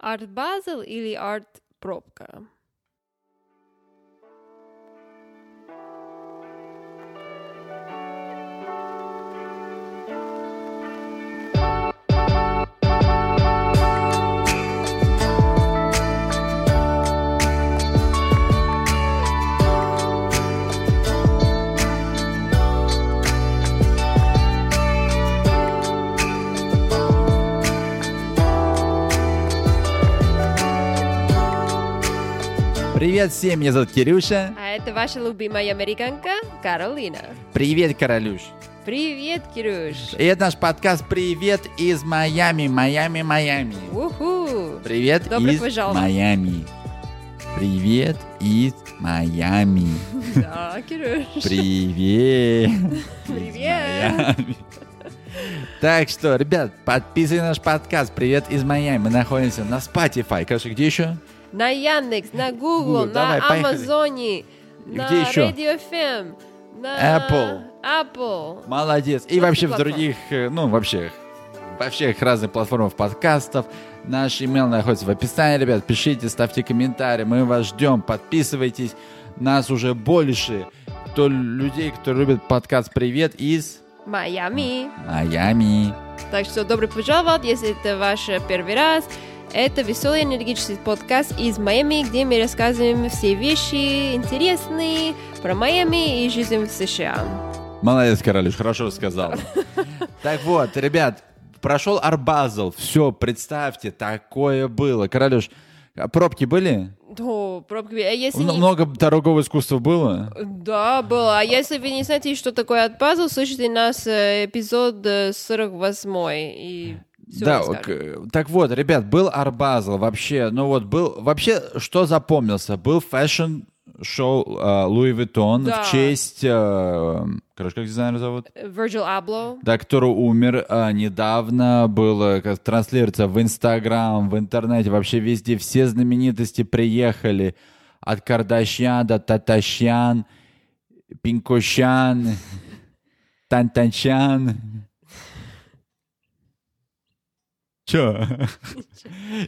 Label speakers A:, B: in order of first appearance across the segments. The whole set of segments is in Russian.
A: Арт Базел или Арт Пробка?
B: Привет всем, меня зовут Кирюша.
A: А это ваша любимая американка Каролина.
B: Привет, Королюш.
A: Привет, Кирюш.
B: И это наш подкаст «Привет из Майами, Майами, Майами».
A: Уху.
B: Привет
A: Добро
B: из
A: пожаловать.
B: Майами. Привет из Майами.
A: Да, Кирюш.
B: Привет. из
A: Привет.
B: Майами. Так что, ребят, подписывайтесь на наш подкаст «Привет из Майами». Мы находимся на Spotify. Короче, где еще?
A: На Яндекс, на
B: Гугл,
A: Google, на
B: давай, поехали.
A: Амазоне,
B: И
A: на
B: где еще?
A: Radio FM, на
B: Apple.
A: Apple.
B: Молодец. И
A: Просто
B: вообще в
A: платформ.
B: других, э, ну, вообще, во всех разных платформах подкастов. Наш имейл находится в описании, ребят. Пишите, ставьте комментарии. Мы вас ждем. Подписывайтесь. Нас уже больше то людей, кто любит подкаст «Привет» из
A: Майами.
B: Майами.
A: Так что добро пожаловать, если это ваш первый раз. Это веселый энергетический подкаст из Майами, где мы рассказываем все вещи интересные про Майами и жизнь в США.
B: Молодец, Королюш, хорошо рассказал. Так вот, ребят, прошел Арбазл. Все, представьте, такое было. Королюш, а пробки были?
A: Да, пробки. А если
B: М-
A: не-
B: Много дорогого искусства было?
A: Да, было. А если вы не знаете, что такое отпазл, слушайте нас э, эпизод э, 48 и все
B: да, к- так вот, ребят, был Арбазл вообще, ну вот был, вообще, что запомнился, был фэшн шоу Луи Vuitton
A: Да.
B: в честь, э, короче, как дизайнер зовут?
A: Virgil Abloh.
B: Да, который умер э, недавно, было как, транслируется в Инстаграм, в интернете, вообще везде, все знаменитости приехали, от Кардашьян до Татащан, Пинкошян, Тантанчан. Чё?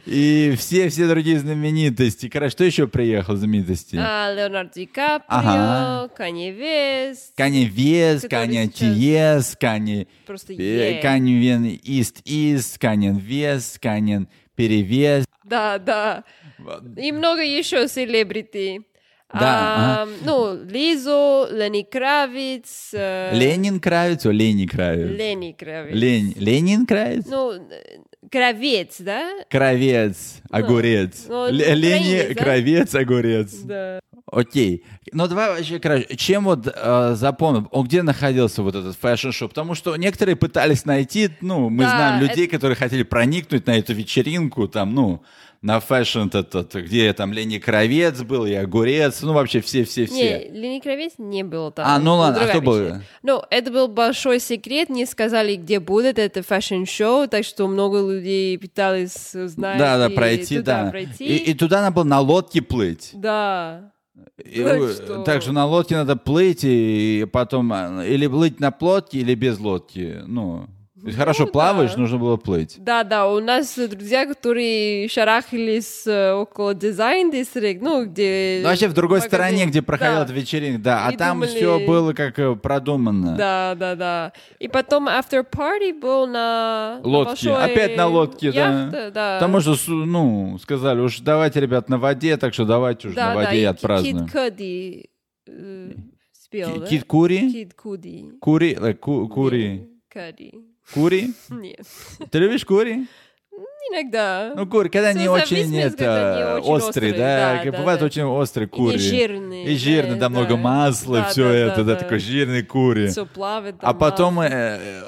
B: И все-все другие знаменитости. Короче, что еще приехал знаменитости?
A: А, Леонардо Ди Каприо,
B: Ага.
A: Канье Вест,
B: Каня Вес,
A: который
B: Каня
A: сейчас-
B: Тиес, Каня...
A: просто
B: Э,
A: е.
B: Каньен ист ист, Каньен вес, Каньен перевес.
A: Да, да. И много еще селебрити.
B: Да,
A: А, Ну, Лизо, Лени Кравиц. э,
B: Ленин Кравец, о, Лени Кравец.
A: Лени Кравиц.
B: Лень, Ленин Кравец?
A: Ну, э, Кравец, да?
B: Кравец, огурец.
A: ну,
B: Ле- Лени
A: украинец, да?
B: Кравец, огурец.
A: Да.
B: Окей. Ну, давай вообще, короче, чем вот э, запомнил, о, где находился вот этот фэшн-шоу? Потому что некоторые пытались найти, ну, мы
A: Да,
B: знаем людей, которые хотели проникнуть на эту вечеринку, там, ну, на фэшн этот, где там Лени Кравец был, и огурец, ну, вообще
A: Не,
B: все-все-все.
A: Лени Кравец не было там.
B: А, ну ладно, а
A: другая
B: кто был?
A: вечеринка. Ну, это был большой секрет, не сказали, где будет это фэшн-шоу, так что много людей пытались узнать.
B: Да, да,
A: и
B: пройти,
A: туда
B: да.
A: пройти.
B: И, и туда надо было на лодке плыть.
A: Да.
B: И,
A: Так
B: э,
A: что-
B: так что на лодке надо плыть, и потом а, или плыть на плотке, или без лодки. Ну, то есть хорошо
A: да.
B: плаваешь, нужно было плыть.
A: Да, да, у нас друзья, которые шарахались э, около дизайн дистрикт, ну, где...
B: Ну, вообще в другой
A: магазин.
B: стороне, где проходила
A: Да.
B: эта вечеринка, да, а
A: И
B: там
A: думали-
B: все было как э, продумано.
A: Да, да, да. И потом after party был на... на
B: Лодки,
A: большой
B: опять на лодке, да.
A: яхте, да.
B: Потому что, су- ну, сказали, уж давайте, ребят, на воде, так что давайте уж
A: да,
B: на воде
A: да,
B: и
A: и
B: отпразднуем.
A: Кид Куди э, спел, да?
B: Ки- Кид Кури?
A: Кид Куди.
B: Кури? э, ку- Кури?
A: Куди.
B: Кури?
A: Нет.
B: Ты любишь кури?
A: Иногда.
B: Ну, курь, когда
A: Всё
B: не
A: зависит,
B: очень
A: когда не
B: это
A: очень
B: острый,
A: острый,
B: да,
A: да,
B: как
A: да,
B: бывает
A: да.
B: очень острый
A: И
B: кури.
A: жирный.
B: И жирный, да, много масла, все это, да, такой жирный кури.
A: Все плавает.
B: А
A: там
B: потом
A: масло.
B: э, э,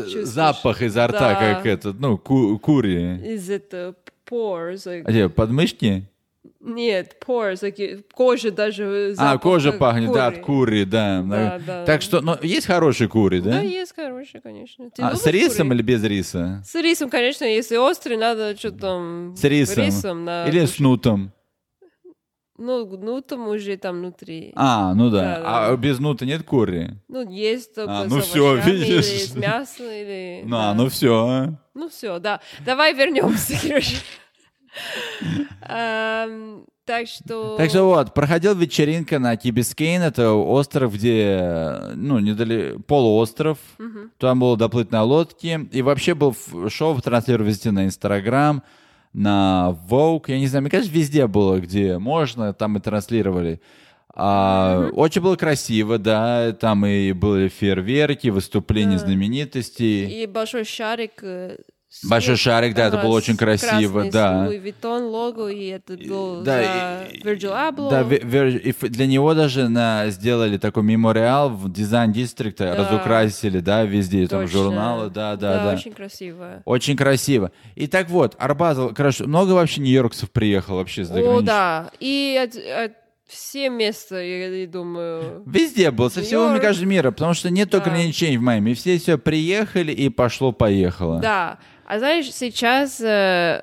B: э,
A: Чувствуешь.
B: запах изо рта,
A: Да.
B: как этот, ну, ку- кури.
A: Из это pores. like-
B: А где, подмышки?
A: Нет, pores. like, Кожа даже. э,
B: А,
A: запах,
B: кожа
A: как
B: пахнет, да, от
A: кури.
B: кури, да.
A: Да, да.
B: Так что, ну, есть хорошие кури,
A: Да,
B: да?
A: есть хорошие, конечно. Ты
B: А,
A: любишь
B: с рисом
A: кури?
B: или без риса?
A: С рисом, конечно, если острый, надо что там...
B: С рисом.
A: да.
B: Или с нутом?
A: Ну, ну, там уже там внутри.
B: А, ну да.
A: Да, да.
B: А без нута нет кури?
A: Ну, есть только
B: А,
A: с
B: ну всё,
A: овощами
B: видишь?
A: Или с мясом, или...
B: Ну,
A: да.
B: а, ну все.
A: Ну все, да. Давай вернемся, Кирюш. Эм, Так что...
B: Так что вот, проходил вечеринка на Кибискейн, это остров, где, э, ну, недали... полуостров,
A: Мгм.
B: там было доплыть на лодке, и вообще был ф- шоу, транслировали везде на Инстаграм, на Vogue, я не знаю, мне кажется, везде было, где можно, там и транслировали. А, Очень было красиво, да, там и были фейерверки, выступления
A: Да.
B: знаменитостей.
A: И большой шарик... э, с-
B: Большой шарик, да, это было очень красиво,
A: красный,
B: да.
A: С Луи Виттон лого, и это был
B: да,
A: за
B: и-
A: Virgil Abloh.
B: Да, Ве- Вер- и ф- для него даже на, сделали такой мемориал в дизайн дистрикта,
A: Да.
B: разукрасили, да, везде, там
A: Точно.
B: журналы, да, да, да.
A: очень красиво.
B: Очень красиво. И так вот, Арбазов, короче, много вообще нью-йоркцев приехало вообще с
A: О,
B: заграницы?
A: да. И от- от все места, я, я думаю...
B: Везде было, со всего, мне
A: Нью-Йорк.
B: кажется, мира, потому что нет
A: Да.
B: ограничений в Майами. Все все приехали и пошло-поехало.
A: Да. А знаешь, сейчас, э,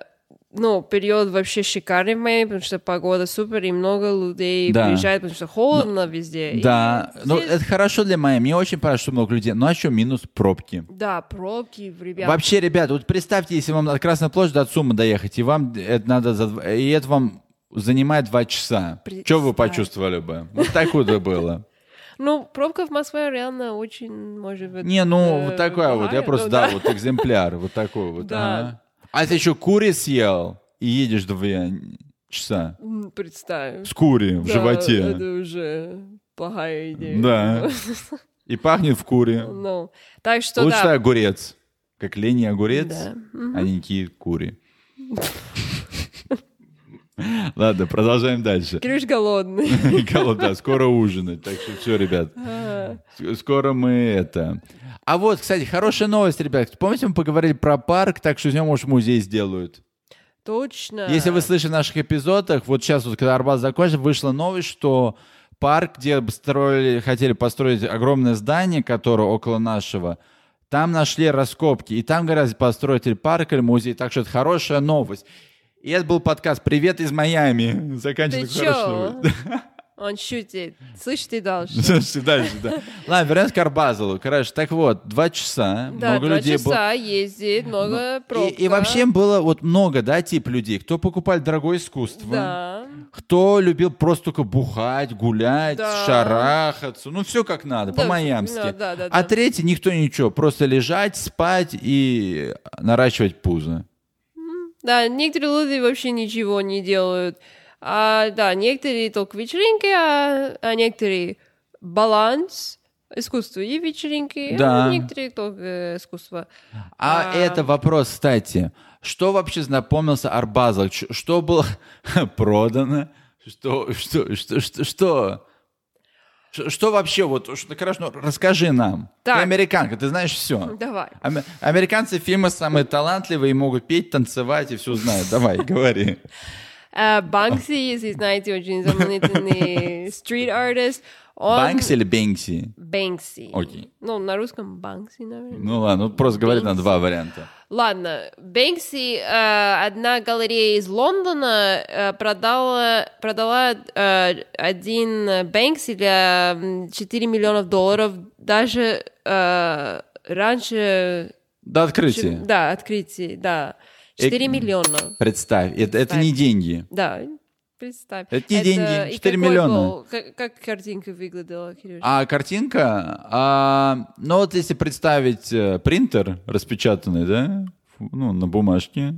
A: ну, период вообще шикарный в Майами, потому что погода супер, и много людей
B: Да. Ну,
A: приезжает, потому что холодно везде. И
B: Да, ну
A: здесь-
B: это хорошо для Майами, мне очень понравилось, что много людей, но еще минус пробки.
A: Да, пробки, ребят.
B: Вообще, ребят, вот представьте, если вам от Красной площади до Сумы доехать, и вам это надо за дв- и это вам занимает два часа.
A: Представь.
B: Что вы почувствовали бы? Вот так вот и было.
A: Ну, пробка в Москве реально очень, может быть...
B: Не, ну,
A: э,
B: вот такая вот.
A: плохая,
B: Я просто,
A: ну
B: да, вот экземпляр, вот такой вот.
A: Да.
B: ага. А ты еще кури съел и едешь два часа
A: М, Представь.
B: с кури в
A: Да, э,
B: животе.
A: Это уже плохая идея.
B: Да. И пахнет в куре.
A: Ну, так что
B: Лучше
A: да.
B: огурец. Как лень огурец,
A: Да. Мгм.
B: а не кури. Ладно, продолжаем дальше.
A: Кирюш голодный.
B: Николай, да, скоро ужинать. Так что все, ребят,
A: А,
B: с- скоро мы это. А вот, кстати, хорошая новость, ребят. Помните, мы поговорили про парк, так что из него, может, музей сделают.
A: Точно.
B: Если вы слышали в наших эпизодах, вот сейчас, вот, когда Арбаз закончил, вышла новость, что парк, где бы строили, хотели построить огромное здание, которое около нашего, там нашли раскопки, и там, говорят, построить или парк, или музей, так что это хорошая новость. И это был подкаст «Привет из Майами».
A: Ты
B: Заканчивается хорошая новость.
A: чё? Он шутит. Слышь, ты дальше.
B: Слушайте, дальше, да. Ладно, вернемся к Арбазову. Короче, так вот, два часа,
A: Да,
B: много
A: два
B: людей было.
A: часа ездит, много
B: И,
A: пробка.
B: и вообще было вот много, да, тип людей. Кто покупал дорогое искусство,
A: Да.
B: кто любил просто только бухать, гулять,
A: Да.
B: шарахаться, ну все как надо,
A: Да,
B: по-майамски.
A: да, да, да,
B: а
A: да.
B: третий никто ничего, просто лежать, спать и наращивать пузо.
A: Да, некоторые люди вообще ничего не делают. А, да, некоторые только вечеринки, а, а некоторые баланс, искусство и вечеринки,
B: Да.
A: а некоторые только э, искусство.
B: А,
A: А.
B: это вопрос, кстати, что вообще напомнился Арбазов? Ч- Что было продано? Что, что, что, что, что? Ш- Что вообще вот? Что, хорошо, ну, расскажи нам.
A: Так.
B: Ты американка, ты знаешь все.
A: Давай.
B: Американцы в фильмах самые талантливые, могут петь, танцевать и все знают. Давай, говори.
A: А, Банкси, если знаете, очень знаменитый стрит-артист. Он...
B: Банкси или Бэнкси?
A: Бэнкси.
B: Окей.
A: Ну, на русском Банкси, наверное.
B: Ну ладно, ну просто говори на
A: Бэнкси.
B: два варианта.
A: Ладно, Бэнкси, э, одна галерея из Лондона э, продала, продала э, один э, Бэнкси для м, 4 миллионов долларов даже э, раньше...
B: До
A: чем-
B: открытия.
A: Да, открытие, да. 4
B: Эк-
A: миллиона,
B: Представь, это, это не
A: Представь.
B: деньги.
A: да. Представь.
B: Это не деньги,
A: и какой
B: 4 миллиона.
A: был- как, как картинка выглядела, Кирюш?
B: А картинка, а, ну вот если представить э, принтер распечатанный, да, фу, ну на бумажке,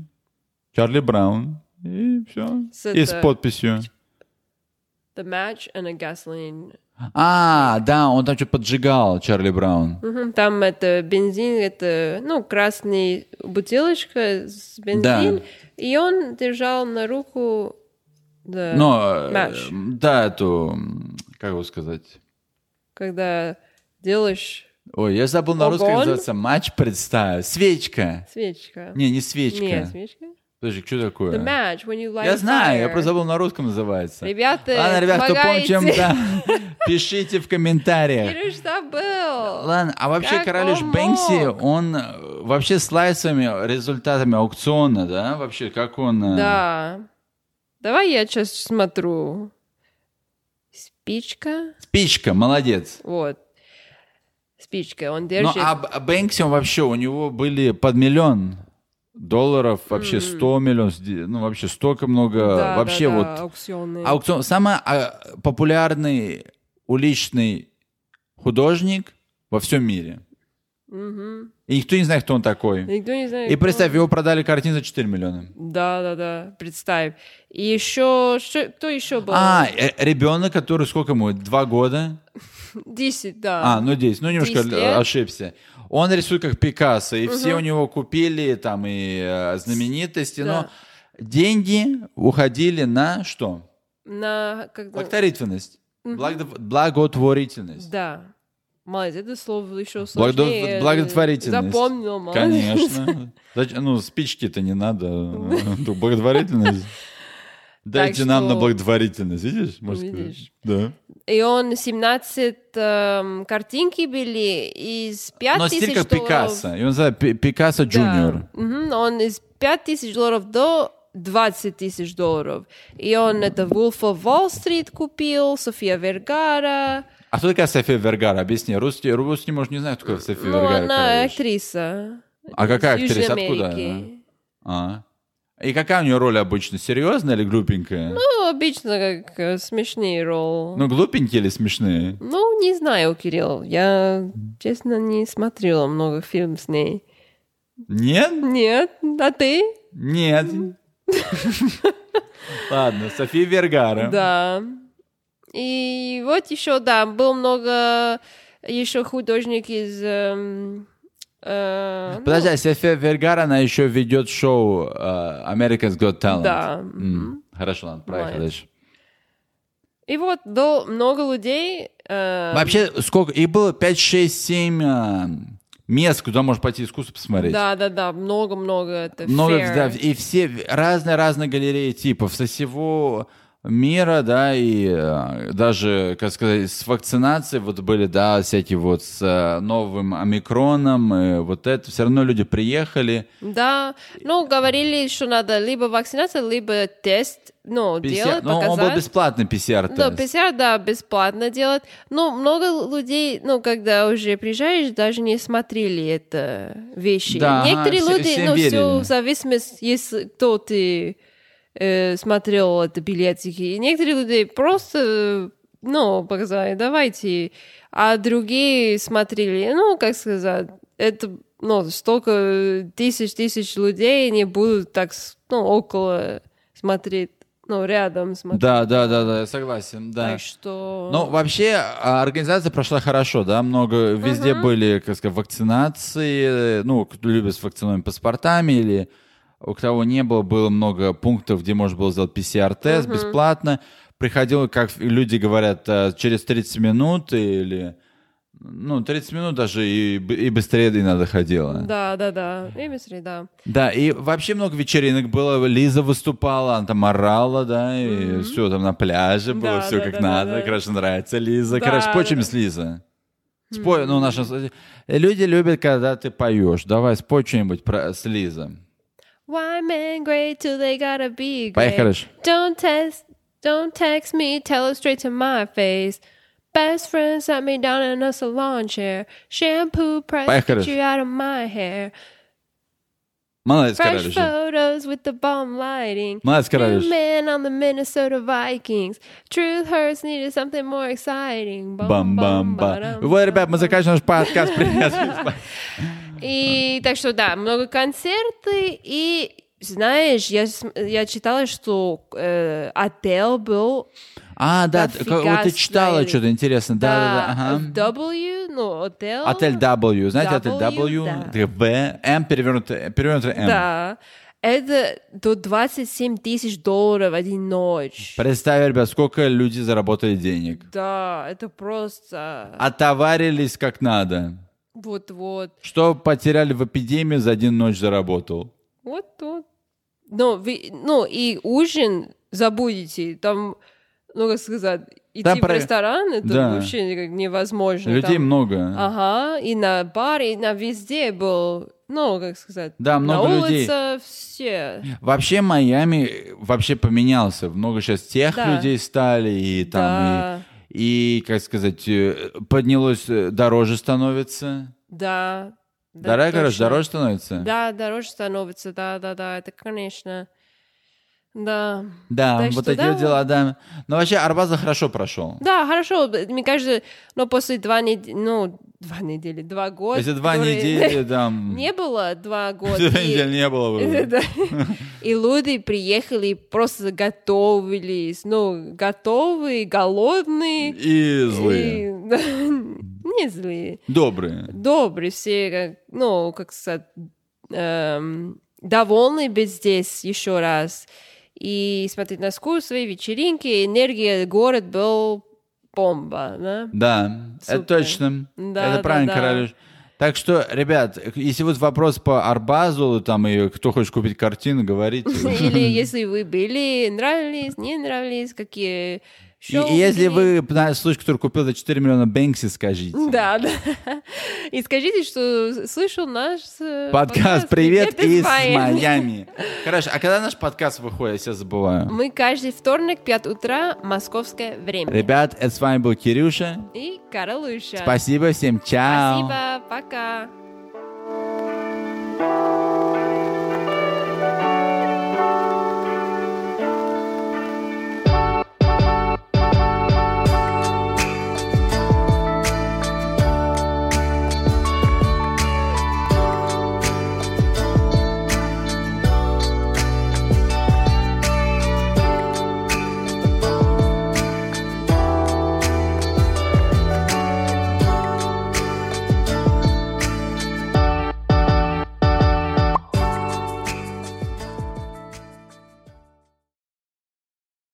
B: Чарли Браун и все,
A: С
B: и с
A: это-
B: подписью.
A: The match and a gasoline.
B: А, да, он там что поджигал Чарли Браун.
A: Мгм, Там это бензин, это, ну, красный бутылочка с бензин,
B: Да.
A: и он держал на руку... Да,
B: Но э,
A: Match.
B: да, эту, м, как его сказать?
A: Когда делаешь
B: Ой, я забыл на русском как
A: Огонь?
B: называется матч представь. Свечка.
A: свечечка.
B: Не, не свечка.
A: Нет, свечка.
B: Подожди, что
A: The
B: такое?
A: match, when you light
B: я
A: a
B: знаю, я
A: fire.
B: просто забыл на русском называется.
A: Ребята,
B: Ладно, ребят, кто помнит, чем
A: помните?
B: да, пишите в комментариях.
A: Кирюш забыл.
B: Ладно, а вообще
A: Как
B: королюш
A: он
B: Бэнкси,
A: мог?
B: он э, вообще с лайсами, результатами аукциона, да? Вообще, как он... э,
A: Да. Давай я сейчас смотрю. Спичка.
B: Спичка, молодец.
A: Вот. Спичка, он
B: Ну, э,
A: держит...
B: а Б- а Бэнкси, он вообще, у него были под миллион долларов, вообще 100 миллионов, ну вообще столько много,
A: Да,
B: вообще
A: да,
B: вот
A: да, аукционные.
B: аукцион. Самый а, популярный уличный художник во всем мире.
A: Мгм.
B: И никто не знает, кто он такой.
A: Никто не знает.
B: И
A: кто.
B: представь, его продали картину за 4 миллиона.
A: Да, да, да, представь. И еще, что- кто еще был?
B: А, э, ребенок, который сколько ему? Два года?
A: 10, да.
B: А, ну 10, ну немножко
A: 10 лет.
B: ошибся. Он рисует как Пикассо, и все у него купили там и э, знаменитости,
A: Да.
B: но деньги уходили на что? ну.
A: На, как бы-
B: Благотворительность. Благо- Благотворительность.
A: Да. Молодец, это слово еще
B: Благо-
A: сложнее.
B: благотворительность.
A: Запомнил, молодец.
B: Конечно. Зач- Ну, спички-то не надо. Ну, Благотворительность. Дайте нам на
A: что-
B: благотворительность, видишь? можно сказать?
A: Видишь.
B: Да.
A: И он 17 эм, картинки были из 5
B: Но стиль
A: тысяч
B: как
A: долларов.
B: Пикассо. И он называет Пи- Пикассо
A: Да.
B: Джуниор.
A: Мгм, Он из 5 тысяч долларов до 20 тысяч долларов. И он это Wolf of Wall Street купил, София Вергара.
B: А кто такая София Вергара? Объясни. Русский, русский, может, не знает, кто такая София
A: Ну,
B: Вергара.
A: она
B: короче.
A: актриса.
B: А какая
A: из Южной
B: актриса? Откуда она?
A: Америки.
B: А. И какая у нее роль обычно? Серьезная или глупенькая? Ну,
A: Ну, обычно как э, смешные роли.
B: глупенькие или смешные?
A: Ну, не знаю, Кирилл. Я, честно, не смотрела много фильмов с ней.
B: Нет?
A: Нет, а ты?
B: Нет. Ладно, София Вергара.
A: Да. И вот еще, да, было много еще художник из... эм, э, ну,
B: Подожди, а София Вергара, она еще ведет шоу э, America's Got Talent.
A: Да.
B: М, Хорошо, ладно, проехали
A: Молодец.
B: дальше.
A: И вот до много людей... э,
B: Вообще, сколько? Их было 5, 6, 7 э, мест, куда можно пойти искусство посмотреть.
A: Да, да, да, много-много это.
B: Много,
A: fair.
B: да, и все в- разные-разные галереи типов со всего мира, да, и э, даже, как сказать, с вакцинацией вот были, да, всякие вот с э, новым омикроном, э, вот это, все равно люди приехали.
A: Да, ну, говорили, что надо либо вакцинация, либо тест, ну,
B: PCR,
A: делать,
B: но он был
A: показать. Ну
B: бесплатный PCR-тест.
A: Да, PCR, да, бесплатно делать. Но много людей, ну, когда уже приезжаешь, даже не смотрели это вещи.
B: Да, ага,
A: Некоторые
B: все-
A: люди,
B: всем
A: ну, все
B: верили.
A: в зависимости, если кто ты э, смотрел это билетики. И некоторые люди просто, э, ну, показали, давайте. А другие смотрели, ну, как сказать, это, ну, столько тысяч-тысяч людей не будут так, с- ну, около смотреть, ну, рядом смотреть.
B: Да, да, да, да, я согласен, да.
A: Так А что...
B: Ну, вообще, а, организация прошла хорошо, да, много, везде были, как сказать, вакцинации, ну, кто любит с вакцинными паспортами, или у кого не было, было много пунктов, где можно было сделать PCR-тест бесплатно, приходил, как люди говорят, э, через 30 минут или, ну, 30 минут даже и, б- и быстрее и надо ходило.
A: Да, да, да. Время среда.
B: Да, и вообще много вечеринок было. Лиза выступала, она там орала, да, и все там на пляже было,
A: Да,
B: все
A: да,
B: как
A: да, да,
B: надо.
A: да.
B: Короче, нравится Лиза.
A: Да,
B: Короче,
A: да,
B: спочем
A: да.
B: с Лизой. Спой, ну, в нашем случае. Люди любят, когда ты поешь. Давай, спой что-нибудь про... с Лизой.
A: Why men great till they gotta be great?
B: Поехали. ж.
A: Don't text, don't text me, tell it straight to my face. Best friend sat me down in a salon chair. Shampoo press
B: Поехали.
A: get you out of my hair.
B: Молодец,
A: Fresh
B: короче.
A: photos with the bomb lighting.
B: Молодец, короче.
A: New man on the Minnesota Vikings. Truth hurts needed something more exciting.
B: Бам-бам-ба.
A: ba-dum,
B: Вот, ребят, мы
A: ba-dum.
B: заканчиваем наш подкаст. Привет.
A: И так что да, много концерты и знаешь, я, см- я читала, что э, отель был
B: А, да,
A: Дофига
B: как- вот ты читала
A: смотрели.
B: что-то интересное. Да, да,
A: в
B: да. ага.
A: а, W, ну, отель.
B: Отель W. Знаете, отель
A: W, да.
B: W? такая В, М перевернутая перевернутая М.
A: Да. Это до 27 тысяч долларов один ночь.
B: Представь, ребят, сколько люди заработали денег.
A: Да, это просто
B: Отоварились как надо.
A: вот-вот.
B: Что потеряли в эпидемии, за один ночь заработал.
A: Вот тут. Ну, вы- ну, и ужин забудете. Там, ну, как сказать, идти
B: Там
A: в
B: про-
A: ресторан, это
B: Да.
A: вообще никак невозможно.
B: Людей
A: Ну, Там-
B: много.
A: Ага, и на баре, и на везде был, ну, как сказать,
B: Да, много
A: на
B: людей.
A: улице все.
B: Вообще Майами вообще поменялся. Много сейчас тех
A: Да.
B: людей стали, и там,
A: Да.
B: и, и, как сказать, э, поднялось, э, дороже становится.
A: Да, Да,
B: Дорога
A: точно.
B: дороже становится?
A: Да, дороже становится, да, да, да, это конечно. Да.
B: Да,
A: Так
B: вот
A: что
B: эти
A: да,
B: вот дела, да. Но вообще Арбаза хорошо прошел.
A: Да, хорошо, мне кажется, но после два недели, ну, два недели, два года.
B: Если два
A: которые-
B: недели там...
A: Не было два года.
B: Две
A: и-
B: недели не было. вроде.
A: Да. И люди приехали, просто готовились, ну, готовые, голодные.
B: И злые.
A: и- Не злые.
B: Добрые.
A: Добрые все, как- ну, как сказать, эм, довольны быть здесь еще раз. И смотреть на свои вечеринки, энергия, город был бомба, да?
B: Да, это
A: Супер.
B: точно.
A: Да,
B: это
A: да,
B: правильно,
A: да.
B: Королюш. Так что, ребят, если вот вопрос по Арбазу, там, и кто хочет купить картину, говорите.
A: Или если вы были, нравились, не нравились, какие
B: И,
A: шоу
B: и если
A: были.
B: вы на случай, который купил за 4 миллиона Бэнкси, скажите.
A: Да, да. И скажите, что слышал наш э,
B: Подкаст «Привет
A: из
B: из
A: Майами».
B: Майами». Хорошо, а когда наш подкаст выходит, я все забываю.
A: Мы каждый вторник, 5 утра, московское время.
B: Ребят, это с вами был Кирюша.
A: И Каролуша.
B: Спасибо всем, чао.
A: Спасибо, пока.